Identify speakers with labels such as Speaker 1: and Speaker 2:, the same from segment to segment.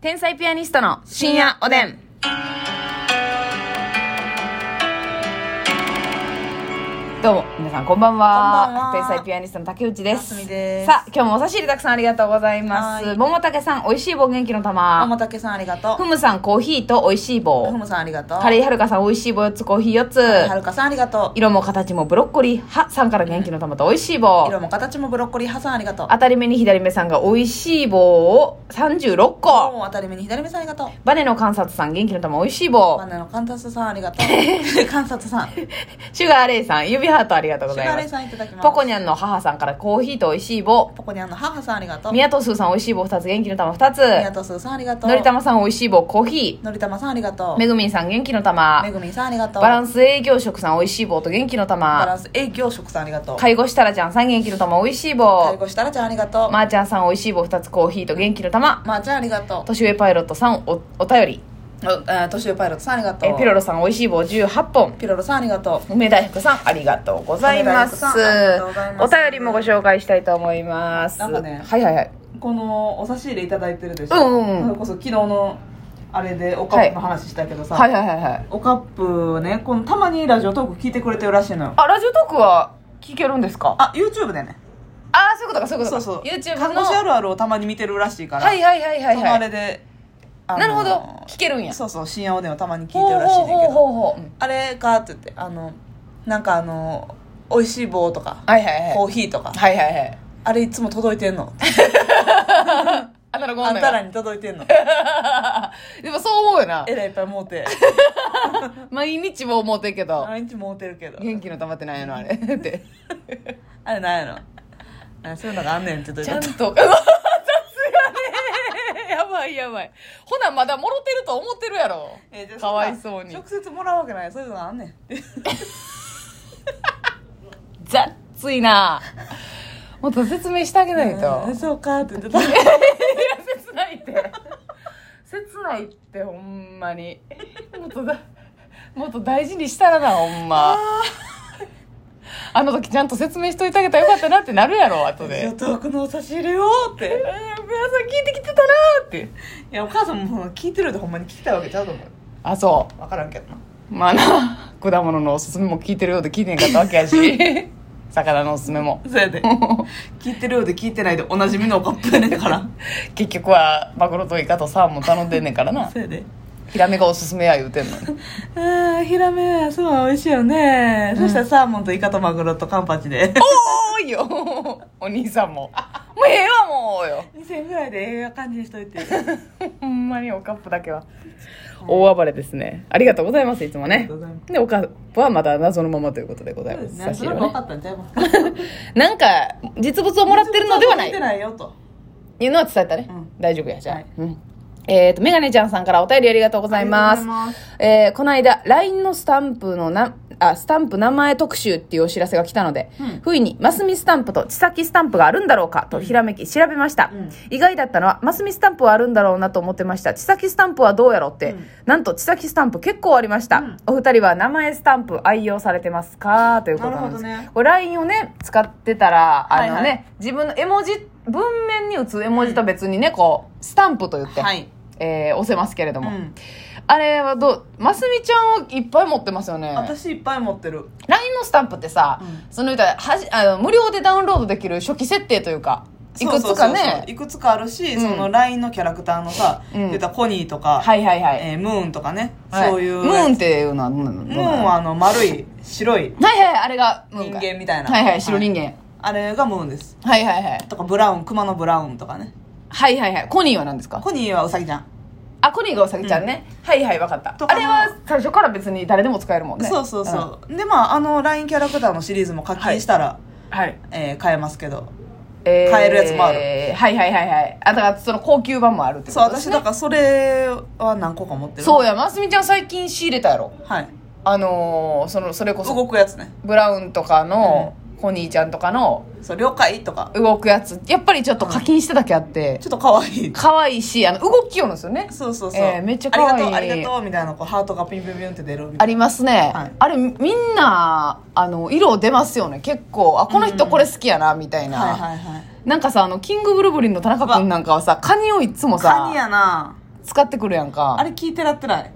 Speaker 1: 天才ピアニストの深夜おでん。どうも、皆さん、こんばんは。
Speaker 2: こんばんは
Speaker 1: 天才ピアニストの竹内です。
Speaker 2: ますみです
Speaker 1: さあ、今日もお差し入れたくさんありがとうございま
Speaker 2: は
Speaker 1: す。
Speaker 2: い
Speaker 1: 桃竹さん、美味しい棒元気の
Speaker 2: 天
Speaker 1: 玉。
Speaker 2: 竹さんありがと。
Speaker 1: ふむさん、コーヒーと美味しいう棒
Speaker 2: ふ。むさんありがとう。
Speaker 1: カレーはるかさん、美味しい棒4つ、コーヒー4
Speaker 2: は
Speaker 1: つ。
Speaker 2: るかさんありがとう。
Speaker 1: 色も形もブロッコリー、はさんから元気の玉と美味しい棒。
Speaker 2: 色も形もブロッコリーはさんありがとう。
Speaker 1: 当たり目に左目さんが美味しい棒を36個。
Speaker 2: もう当たり目に左目さんありがとう。
Speaker 1: バネの観察さん、元気の玉美味しい棒
Speaker 2: バ。ネの観察さんありがと う。観察さん。シ
Speaker 1: シュガーレイさん、指ハートありがとうご
Speaker 2: ュ
Speaker 1: ざ
Speaker 2: ガー
Speaker 1: い
Speaker 2: レ
Speaker 1: ま
Speaker 2: イ
Speaker 1: す。
Speaker 2: さんいただきます。
Speaker 1: ポコニャンの母さんからコーヒーと美味しい棒。
Speaker 2: ポコニャンの母さんありがとう。
Speaker 1: ミヤトスーさん美味しい棒2つ、元気の玉2
Speaker 2: とすーさんありが
Speaker 1: つ。
Speaker 2: とう。
Speaker 1: のりたまさん美味しい棒、コーヒ
Speaker 2: のりたまさんありがと
Speaker 1: ー。
Speaker 2: う。
Speaker 1: めぐみんさん元気の玉
Speaker 2: め。ぐみさんありがとう。
Speaker 1: バラ
Speaker 2: ンス。
Speaker 1: ンス営業職さん美味しい棒と元気の
Speaker 2: バラ
Speaker 1: 玉。
Speaker 2: ンス。営業職さんありがとう。
Speaker 1: 介護したらちゃんさん元気の玉美味しい
Speaker 2: 介
Speaker 1: 棒。
Speaker 2: 護したらちゃんありがとう。
Speaker 1: まーちゃんさん美味しい棒2つ、コーヒーと元気の玉。
Speaker 2: まーちゃんありがと
Speaker 1: 年上パイロットさんお、お便り。
Speaker 2: う。おえー年上パイロットさんありがと
Speaker 1: え
Speaker 2: う。
Speaker 1: ピロロさん美味しい棒18本。
Speaker 2: ピロロさんありがとう。
Speaker 1: 梅大福さんありがとうございます
Speaker 2: 梅大福さんありがとうございま
Speaker 1: お
Speaker 2: す
Speaker 1: 便りもご紹介したいと思います
Speaker 2: なんかね
Speaker 1: はいはいはい
Speaker 2: このお差し入れいただいてるでしょ、
Speaker 1: うんうんうん
Speaker 2: それこそ昨日のあれでおカップの話したけどさ、
Speaker 1: はいはいはいはい
Speaker 2: おカップねこのたまにラジオトーク聞いてくれてるらしいのよ
Speaker 1: あラジオトークは聞けるんですかあ
Speaker 2: あ YouTube でね
Speaker 1: あーそういうことかそういうこ
Speaker 2: そ
Speaker 1: とか
Speaker 2: うそう
Speaker 1: YouTube
Speaker 2: 看
Speaker 1: の
Speaker 2: 護師あ
Speaker 1: は
Speaker 2: るあるをたまに見てるらしいから、
Speaker 1: いはいはいはい
Speaker 2: その
Speaker 1: は
Speaker 2: あ
Speaker 1: い
Speaker 2: れで、あの
Speaker 1: なるほど聞けるんや
Speaker 2: そうそう深夜おでんをたまに聞い
Speaker 1: ほ
Speaker 2: て
Speaker 1: う
Speaker 2: るらしい
Speaker 1: ほう
Speaker 2: ねん
Speaker 1: ほう
Speaker 2: けど
Speaker 1: ほうほううん
Speaker 2: あれかって言ってあのなんかあの美味しい棒とか、
Speaker 1: はいはいはい
Speaker 2: コーヒーとか、
Speaker 1: はいはいはい
Speaker 2: あれいつも届いてんの
Speaker 1: あんたらごめん
Speaker 2: あん
Speaker 1: な
Speaker 2: た
Speaker 1: さ
Speaker 2: ら
Speaker 1: い
Speaker 2: に届いてん の
Speaker 1: でもそう思うよな
Speaker 2: えらいいっぱいも うて
Speaker 1: 毎日も思うてるけど
Speaker 2: 毎日もうてるけど
Speaker 1: 元気の玉ってないのあれ って
Speaker 2: あれなんやろあそういうのがあんねんって言っ
Speaker 1: ち
Speaker 2: て
Speaker 1: ゃんと。さす がね。やばいやばい。ほな、まだもろてると思ってるやろ。かわいそうに
Speaker 2: 直。接もらうわけないそういうのがあんねんって
Speaker 1: ざっついな。もっと説明してあげないと。いや
Speaker 2: うんそうかって言ってた
Speaker 1: 切ないって。切ないって、ほんまに。もっとだ、もっと大事にしたらな、ほんま。あの時ちゃんと説明しといてあげたらよかったなってなるやろ、後 で。
Speaker 2: 女トークのお差し入れよって
Speaker 1: 皆さん聞いてきてたなーって。
Speaker 2: いやお母さんも聞いてるってほんまに聞きたいわけちゃうと思う
Speaker 1: あ、そう。
Speaker 2: 分からんけどな
Speaker 1: まあな、果物のおすすめも聞いてるようで聞いてんかったわけやし、魚のおすすめも。
Speaker 2: そう やで聞いてるようで聞いてないでおなじみのおカップやねんから
Speaker 1: 結局は、マグロとイカとサーモン頼んでんねんからな。
Speaker 2: そうやで
Speaker 1: ヒラメがおすすめや言うてんの に。
Speaker 2: ああヒラメはそう美味しいよね、そしたらサーモンとイカとマグロとカンパチで
Speaker 1: おーいよお兄さんも。もうええわもうよ。
Speaker 2: 2000ぐらいでええ感じにしとい てあ
Speaker 1: ほんまにおカップだけは。大暴れですね。ありがとうございます、いつも
Speaker 2: りが
Speaker 1: ね
Speaker 2: と。うございま す
Speaker 1: で、おカップはまだ謎のままということでございます。
Speaker 2: ね、
Speaker 1: 差し
Speaker 2: そ
Speaker 1: 入
Speaker 2: れ
Speaker 1: れ
Speaker 2: も
Speaker 1: は
Speaker 2: 分
Speaker 1: ね
Speaker 2: かったんちゃうか
Speaker 1: なんか、実物をもらってるのではない
Speaker 2: 見て。ないよと
Speaker 1: いうのは伝えたね、
Speaker 2: うん
Speaker 1: 大丈夫やじゃあ、
Speaker 2: はい
Speaker 1: うんえっ、とメガネちゃんさんからお便りありがとうございます
Speaker 2: ありがとうございま
Speaker 1: えーこの間 LINE のスタンプのなあスタンプ名前特集っていうお知らせが来たので、
Speaker 2: うん
Speaker 1: 不意にマスミスタンプと千崎スタンプがあるんだろうかとひらめき調べました、
Speaker 2: うん
Speaker 1: 意外だったのはマスミスタンプはあるんだろうなと思ってました千崎スタンプはどうやろうって、
Speaker 2: うん
Speaker 1: なんと千崎スタンプ結構ありました、
Speaker 2: うん
Speaker 1: お二人は名前スタンプ愛用されてますかということなんです
Speaker 2: なるほどね
Speaker 1: これ LINE をね使ってたらあのね、
Speaker 2: はいはい
Speaker 1: 自分の絵文字文面に打つ絵文字と別にねこうスタンプと言って、
Speaker 2: はい、
Speaker 1: えー押せますけれど
Speaker 2: う
Speaker 1: も、
Speaker 2: ん、
Speaker 1: あれはどうますみちゃんはいっぱい持ってますよね
Speaker 2: 私いっぱい持ってる
Speaker 1: LINE のスタンプってさ、
Speaker 2: う
Speaker 1: その言うたらはじあの無料でダウンロードできる初期設定というかいくつか
Speaker 2: そうそうそうそう
Speaker 1: ね
Speaker 2: いくつかあるし、
Speaker 1: うん
Speaker 2: その LINE のキャラクターのさ、
Speaker 1: うん
Speaker 2: 言ったらコニーとか、
Speaker 1: はいはいはい、
Speaker 2: えームーンとかね、
Speaker 1: はい
Speaker 2: そういう
Speaker 1: ムーンっていうのはどんなの
Speaker 2: ムーンはあの丸い 白い
Speaker 1: はいはいあれがムーン
Speaker 2: 人
Speaker 1: か
Speaker 2: 間みたいな
Speaker 1: はいはい白人間、
Speaker 2: あれがムーンです
Speaker 1: はい、はいはい
Speaker 2: とかブラウン熊のブラウンとかね
Speaker 1: はいはいはいコニーは何ですか
Speaker 2: コニーはウサギちゃん、
Speaker 1: あコニーがおさぎちゃんね、はいはいわかった
Speaker 2: と
Speaker 1: あ
Speaker 2: か
Speaker 1: れは最初から別に誰でも使えるもんね
Speaker 2: そうそうそう、でまああの LINE キャラクターのシリーズも課金したら、
Speaker 1: うんはい
Speaker 2: えー買えますけど
Speaker 1: え
Speaker 2: 買えるやつもある
Speaker 1: はいはいはいはいあだからその高級版もあるってこ
Speaker 2: そう
Speaker 1: とで
Speaker 2: 私
Speaker 1: す
Speaker 2: だ
Speaker 1: ね
Speaker 2: からそれは何個か持ってる
Speaker 1: そうやますみちゃん最近仕入れたやろ
Speaker 2: はい
Speaker 1: あのー、そのそれこそ
Speaker 2: 動くやつね
Speaker 1: ブラウンとかの、コニーちゃんとかの
Speaker 2: そう了解とか
Speaker 1: 動くやつやっぱりちょっと課金してだけあって
Speaker 2: ちょっと可愛い
Speaker 1: 可愛いしあの動きよるんですよね
Speaker 2: そうそうそう、
Speaker 1: えーめっちゃ可愛い
Speaker 2: ありがとうありがとうみたいなこうハートがピンピンピンって出るみた
Speaker 1: あ
Speaker 2: い
Speaker 1: りますね、
Speaker 2: はい
Speaker 1: あれみんなあの色出ますよね結構あこの人これ好きやなみたい
Speaker 2: な
Speaker 1: な、
Speaker 2: はいはいはい
Speaker 1: なんかさあのキングブルブリンの田中君なんかはさカニをいつもさ
Speaker 2: カニやな
Speaker 1: 使ってくるやんか
Speaker 2: あれ聞いてらってない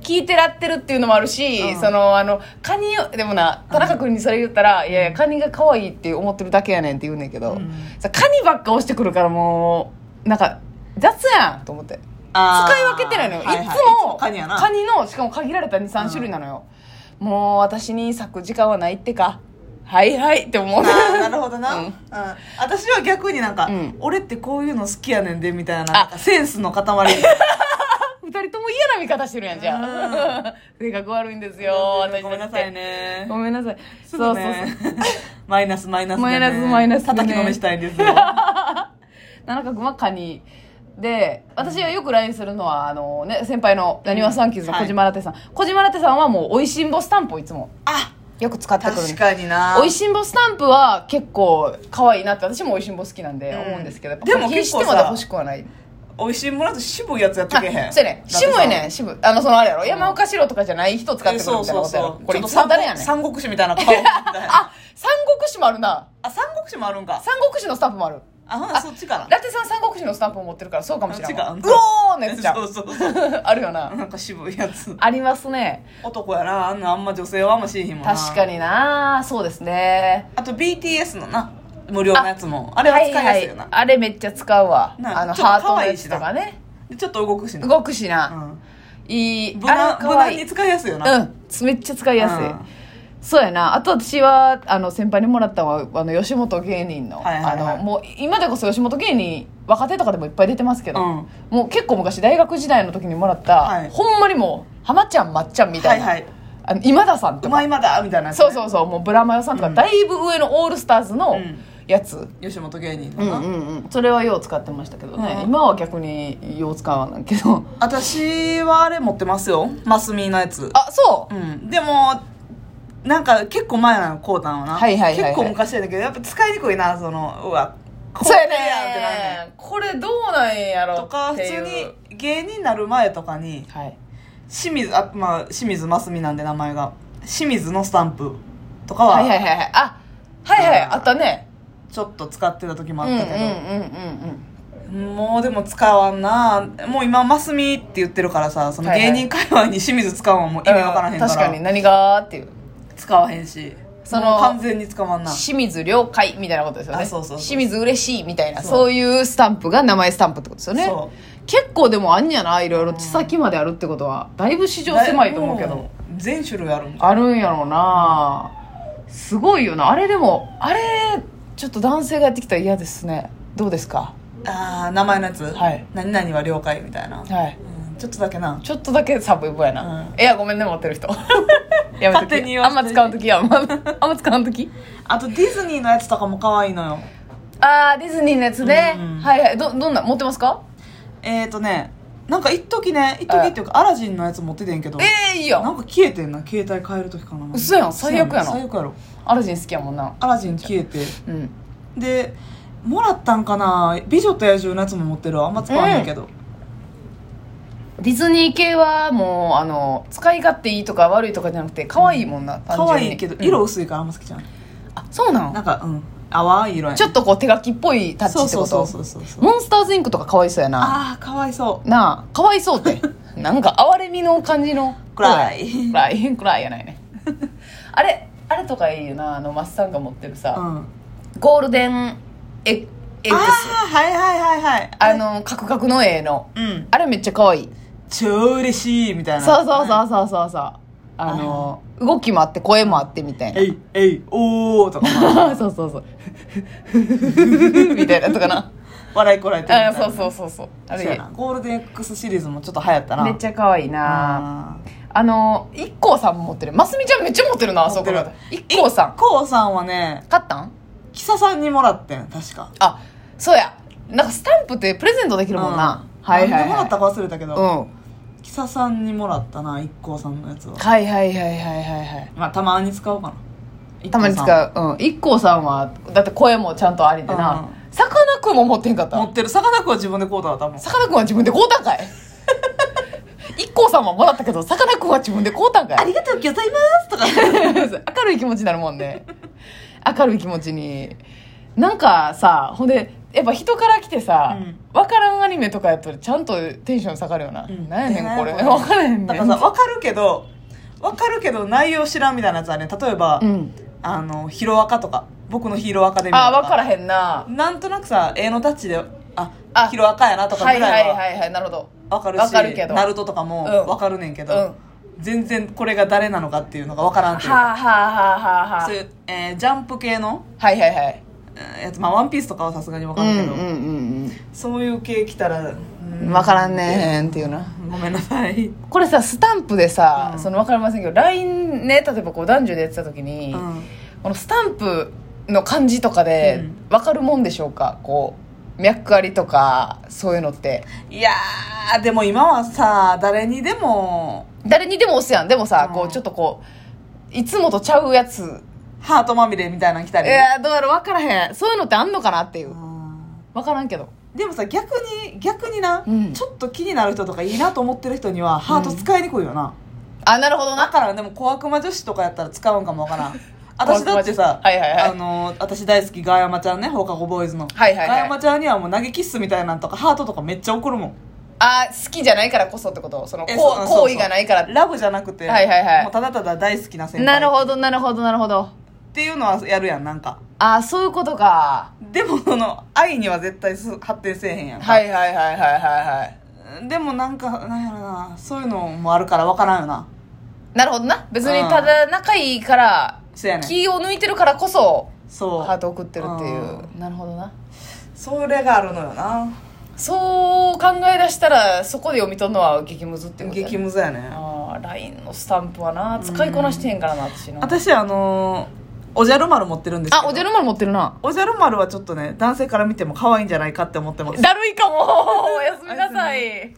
Speaker 1: 聞いてらってるっていうのもあるし、
Speaker 2: うん
Speaker 1: そのあのカニをでもな田中君にそれ言ったら、いやいやカニが可愛いって思ってるだけやねんって言うねんけど、
Speaker 2: うん
Speaker 1: さカニばっか押してくるからもうなんか雑やんと思って
Speaker 2: あー
Speaker 1: 使い分けてないのよ、、
Speaker 2: はいは
Speaker 1: つも
Speaker 2: カニやな
Speaker 1: のしかも限られた23種類なのよ、もう私に咲く時間はないってかはいはいって思う
Speaker 2: あーなるほどな、
Speaker 1: うん
Speaker 2: うん私は逆になんか、
Speaker 1: うん
Speaker 2: 俺ってこういうの好きやねんでみたいな
Speaker 1: あ
Speaker 2: なんかセンスの塊
Speaker 1: 二人とも嫌な見方してるやんじゃあ 性格悪いんですよ私だって
Speaker 2: ごめんなさいね
Speaker 1: ごめんなさい
Speaker 2: す
Speaker 1: そ
Speaker 2: ぐ
Speaker 1: うそうそう
Speaker 2: ね マイナスマイナスでね
Speaker 1: マイナスマイナスでね
Speaker 2: 叩きのめしたいん ですよ
Speaker 1: 田中君はカニで私がよく LINE するのはあの、ね、先輩のなにわさんきずの
Speaker 2: はい
Speaker 1: 小島ラテさん、小島ラテさんはもう「おいしんぼスタンプ」をいつも
Speaker 2: あ
Speaker 1: よく使ってくるんです
Speaker 2: 確かにな
Speaker 1: おいしんぼスタンプは結構可愛いなって私もおいしんぼ好きなんで
Speaker 2: うん
Speaker 1: 思うんですけど、やっぱ
Speaker 2: でも
Speaker 1: 課金して
Speaker 2: 結構
Speaker 1: ま
Speaker 2: さ
Speaker 1: だ欲しくはない
Speaker 2: おいしいもらず渋いやつやって
Speaker 1: あ
Speaker 2: けへん
Speaker 1: そうやね渋いね渋いあのそのあれやろ山岡四郎とかじゃない人を使ってくる
Speaker 2: そ
Speaker 1: み
Speaker 2: う
Speaker 1: たいな
Speaker 2: そう
Speaker 1: ことやろ
Speaker 2: そう
Speaker 1: これい
Speaker 2: ちょっと
Speaker 1: つも誰やねんあ
Speaker 2: 三国志みたいな顔みたいな
Speaker 1: 三国志も あるな
Speaker 2: あ三国志もあるんか
Speaker 1: 三国志のスタンプもある
Speaker 2: あほなそっちかな
Speaker 1: ラテさん三国志のスタンプを持ってるからそうかもしれな
Speaker 2: あ
Speaker 1: い
Speaker 2: 違う
Speaker 1: うおーのやつじゃん
Speaker 2: そうそうそう
Speaker 1: あるよな
Speaker 2: なんか渋いやつ
Speaker 1: ありますね
Speaker 2: 男やなあんなあんま女性はあんましいひんもんな
Speaker 1: 確かになそうですね
Speaker 2: あと BTS のな無料のやつもあれは使いやすいよな、
Speaker 1: ははあれめっちゃ使うわ
Speaker 2: な
Speaker 1: あの
Speaker 2: ちょっと
Speaker 1: ハート
Speaker 2: 可
Speaker 1: の
Speaker 2: 愛
Speaker 1: や
Speaker 2: い
Speaker 1: つ
Speaker 2: し
Speaker 1: と
Speaker 2: な
Speaker 1: かね
Speaker 2: でちょっと動くしな、
Speaker 1: 動くし
Speaker 2: う
Speaker 1: な、
Speaker 2: ん、
Speaker 1: いい
Speaker 2: 無
Speaker 1: あ
Speaker 2: 難
Speaker 1: れ
Speaker 2: 無
Speaker 1: かわい
Speaker 2: 難
Speaker 1: い
Speaker 2: に使いやすいよな、
Speaker 1: うんつめっちゃ使いやすい、
Speaker 2: うん
Speaker 1: そうやなあと私はあの先輩にもらったのはあの吉本芸人の,、
Speaker 2: はいはいはい
Speaker 1: あのもう今でこそ吉本芸人若手とかでもいっぱい出てますけど、
Speaker 2: うん
Speaker 1: もう結構昔大学時代の時にもらった、
Speaker 2: はい
Speaker 1: ほんまにもう浜ちゃんまっちゃんみた
Speaker 2: はいい
Speaker 1: な、
Speaker 2: はい
Speaker 1: あの今田さんと
Speaker 2: う
Speaker 1: か
Speaker 2: まいまだみたいなやつね、
Speaker 1: そうそうそうもうブラマヨさんとか、
Speaker 2: うん
Speaker 1: だいぶ上のオールスターズの
Speaker 2: うん
Speaker 1: やつ、
Speaker 2: 吉本芸人
Speaker 1: う
Speaker 2: の
Speaker 1: ん
Speaker 2: な、
Speaker 1: うんうん、それはよう使ってましたけどね、
Speaker 2: うん
Speaker 1: 今は逆によう使わないけ ど
Speaker 2: 私はあれ持ってますよマスミのやつ
Speaker 1: あそう
Speaker 2: うんでもなんか結構前なのこうたんはな、
Speaker 1: はいはいはいはい
Speaker 2: 結構昔やだけどやっぱ使いにくいなそのうわこ
Speaker 1: そうや
Speaker 2: れやんってなんねん
Speaker 1: ねこれどうなんやろ
Speaker 2: とか
Speaker 1: っ
Speaker 2: 普
Speaker 1: てい
Speaker 2: 通
Speaker 1: う
Speaker 2: に芸人になる前とかに
Speaker 1: はい
Speaker 2: 清水あまあ清水ますみなんで名前が清水のスタンプとか
Speaker 1: はいはい
Speaker 2: は
Speaker 1: はいはいあはいはいあったね
Speaker 2: ちょっと使ってた時も
Speaker 1: う
Speaker 2: あ
Speaker 1: んうんう
Speaker 2: っ
Speaker 1: ん
Speaker 2: た
Speaker 1: うん
Speaker 2: け
Speaker 1: うん
Speaker 2: ど、もうでも使わんなもう今ますみって言ってるからさその
Speaker 1: はいは
Speaker 2: 芸
Speaker 1: い
Speaker 2: 人界隈に清水使うのはもう意味わからへんから、
Speaker 1: 確かに何がっていう
Speaker 2: 使わへんし
Speaker 1: その
Speaker 2: もう完全に使わんな
Speaker 1: 清水了解みたいなことですよね
Speaker 2: あそうそうそう
Speaker 1: 清水嬉しいみたいな
Speaker 2: そう
Speaker 1: そういうスタンプが名前スタンプってことですよね
Speaker 2: そ
Speaker 1: 結構でもあんやないろいろ手先まであるってことはだいぶ市場狭いと思うけど
Speaker 2: もう全種類あるもん
Speaker 1: あるんやろうなすごいよなあれでもあれちょっと男性がやってきたら嫌ですねどうですか
Speaker 2: ああ名前のやつ、
Speaker 1: はい
Speaker 2: 何々は了解みたいな、
Speaker 1: はい
Speaker 2: うんちょっとだけな
Speaker 1: ちょっとだけサブイボやな、
Speaker 2: う
Speaker 1: いやごめんね持って る人やめと
Speaker 2: 勝
Speaker 1: き
Speaker 2: 手に言
Speaker 1: あ
Speaker 2: わ
Speaker 1: ん
Speaker 2: せて
Speaker 1: ま使う時はあんまあんま使う時
Speaker 2: あとディズニーのやつとかも可愛いのよ
Speaker 1: あーディズニーのやつね、
Speaker 2: うん
Speaker 1: はいはいどどんな持ってますか
Speaker 2: えーとねなんか一時ね一時っていうかアラジンのやつ持っててんけど
Speaker 1: ええいいや
Speaker 2: なんんか消えてんな携帯変える時かな
Speaker 1: 嘘やん最悪やな
Speaker 2: そう最悪やろ
Speaker 1: アラジン好きやもんな
Speaker 2: アラジン消えて
Speaker 1: うん
Speaker 2: でもらったんかな「美女と野獣」のやつも持ってるわあんま使わないけど、
Speaker 1: ディズニー系はもうあの使い勝手いいとか悪いとかじゃなくて可愛いもんな、単純に
Speaker 2: 可愛いけど
Speaker 1: うん
Speaker 2: 色薄いからあんま好きじゃない、
Speaker 1: あそうなん
Speaker 2: なんかうん淡い色やね
Speaker 1: ちょっとこう手書きっぽいタッチってこと
Speaker 2: そうそうそうそうそう
Speaker 1: モンスターズインクとかかわいそうやな
Speaker 2: ああかわいそ
Speaker 1: なあかわいそうって なんか哀れみの感じの
Speaker 2: 暗い
Speaker 1: 暗い 暗いや ないねあれあれとかいいよなあのマスさんが持ってる
Speaker 2: う、うん、
Speaker 1: さ、
Speaker 2: あ
Speaker 1: ゴールデンエ X
Speaker 2: あはいはいはいはい
Speaker 1: あのカクカクの絵の
Speaker 2: うん
Speaker 1: あれめっちゃかわいい
Speaker 2: 超嬉しいみたいな
Speaker 1: そうそう
Speaker 2: う
Speaker 1: そうそうそうそうあの動きもあって声もあってみたいな
Speaker 2: えいえいおーとか
Speaker 1: そうそうそう みたいなとかな
Speaker 2: 笑いこらえてるみた い
Speaker 1: あそ
Speaker 2: な
Speaker 1: うそうそうそうあ
Speaker 2: そうや
Speaker 1: れ
Speaker 2: なゴールデン X シリーズもちょっと流行ったな
Speaker 1: めっちゃ可愛いな
Speaker 2: あ
Speaker 1: あの一 k さんも持ってるますみちゃんめっちゃ持ってるな
Speaker 2: 持
Speaker 1: そ
Speaker 2: っ
Speaker 1: こ
Speaker 2: てる
Speaker 1: まで一 k さん
Speaker 2: こうさんはね
Speaker 1: 買ったん
Speaker 2: キサさんにもらってん確か
Speaker 1: あそうやなんかスタンプってプレゼントできるもんな、
Speaker 2: うん
Speaker 1: はいはい
Speaker 2: なんでもらった
Speaker 1: は
Speaker 2: か忘れたけ
Speaker 1: い
Speaker 2: ど、
Speaker 1: う
Speaker 2: キサさんにもらったな IKKO さんのやつは
Speaker 1: んはいはいはいはいはいはい
Speaker 2: まあたまに使おうかな
Speaker 1: たまに
Speaker 2: IKKO さん
Speaker 1: 使ううん一 k さんはだって声もちゃんとありでな
Speaker 2: う
Speaker 1: さかなクンも持ってんかった
Speaker 2: 持ってるさかなクンは自分でこうだわ多分
Speaker 1: さかなクンは自分で買うたんかい 一 k さんはもらったけどさかなクンは自分で買うたんかい
Speaker 2: りがとうございますとか
Speaker 1: 明るい気持ちになるもんね明るい気持ちになんかさほんでやっぱ人から来てさ、
Speaker 2: うん
Speaker 1: 分からんアニメとかやったらちゃんとテンション下がるよな、
Speaker 2: うん
Speaker 1: なんやねんこれ
Speaker 2: ね
Speaker 1: 分からへんねん
Speaker 2: なんかさ分かるけど分かるけど内容知らんみたいなやつはね例えば、
Speaker 1: うん、
Speaker 2: あのヒロアカとか僕のヒロアカで見ると
Speaker 1: あ
Speaker 2: か
Speaker 1: 分からへんな
Speaker 2: なんとなくさ絵のタッチであ
Speaker 1: あ
Speaker 2: ヒロアカやなとか
Speaker 1: は
Speaker 2: ぐ
Speaker 1: いは
Speaker 2: ら
Speaker 1: い
Speaker 2: いは
Speaker 1: はいはいなるほど
Speaker 2: 分かるし、
Speaker 1: わかるけど
Speaker 2: ナルトとかも
Speaker 1: うん
Speaker 2: 分かるねんけど、
Speaker 1: うん
Speaker 2: 全然これが誰なのかっていうのが分からん
Speaker 1: は
Speaker 2: って
Speaker 1: あ
Speaker 2: いうか
Speaker 1: はあはあはあはあ
Speaker 2: そういう、えージャンプ系の
Speaker 1: はいはいはい
Speaker 2: えーやつまあワンピースとかはさすがに分かるけど、
Speaker 1: ん
Speaker 2: そういう系来たら、うん
Speaker 1: 分からんねーんっていうな
Speaker 2: ごめんなさい、
Speaker 1: これさスタンプでさ、
Speaker 2: うん
Speaker 1: その分かりませんけど LINE ね例えばこう男女でやってた時に、
Speaker 2: うん
Speaker 1: このスタンプの感じとかで
Speaker 2: うん
Speaker 1: 分かるもんでしょうかこう脈ありとかそういうのって
Speaker 2: いやーでも今はさ誰にでも
Speaker 1: 誰にでも押すやんでもさ、
Speaker 2: うん
Speaker 1: こうちょっとこういつもとちゃうやつ
Speaker 2: ハートまみれみたいなの来た
Speaker 1: い
Speaker 2: り
Speaker 1: やどうやろ分からへんそういうのってあんのかなっていう
Speaker 2: うん
Speaker 1: 分からんけど
Speaker 2: でもさ逆に逆にな、
Speaker 1: うん
Speaker 2: ちょっと気になる人とかいいなと思ってる人にはハート使いにくいよな、
Speaker 1: あなるほど
Speaker 2: だ
Speaker 1: な
Speaker 2: からんでも小悪魔女子とかやったら使うんかもわ からん私だってさ、
Speaker 1: はいはいはい
Speaker 2: あのー私大好きガーヤマちゃんね放課後ボーイズの、
Speaker 1: はいはいはい
Speaker 2: ガーヤマちゃんにはもう投げキッスみたいなんとかハートとかめっちゃ怒るもん
Speaker 1: あ好きじゃないからこそってことその
Speaker 2: え
Speaker 1: こ
Speaker 2: そううそう
Speaker 1: 行為がないから
Speaker 2: ラブじゃなくて、
Speaker 1: はいはいはい
Speaker 2: もうただただ大好きな先輩
Speaker 1: なるほどなるほどなるほど
Speaker 2: っていうのはやるやんなんか
Speaker 1: あーそういうことか
Speaker 2: でもその愛には絶対す発展せえへんやんか
Speaker 1: はいはいはいはいはいはい
Speaker 2: でもなんかなんやろなそういうのもあるから分からんよな
Speaker 1: なるほどな別に
Speaker 2: うん
Speaker 1: ただ仲いいから
Speaker 2: そうやねん
Speaker 1: 気を抜いてるからこそ
Speaker 2: そう
Speaker 1: ハート送ってるっていううなるほどな
Speaker 2: それがあるのよな
Speaker 1: そう考え出したらそこで読み取るのは激ムズってことや
Speaker 2: 激
Speaker 1: ね
Speaker 2: ムズやね
Speaker 1: ああ LINE のスタンプはな使いこなしてへんからな私な
Speaker 2: 私あのーおじゃる丸持ってるんですけど
Speaker 1: あおじゃる丸持ってるな
Speaker 2: おじゃる丸はちょっとね男性から見ても可愛いんじゃないかって思ってま す
Speaker 1: だるいかもおやすみなさい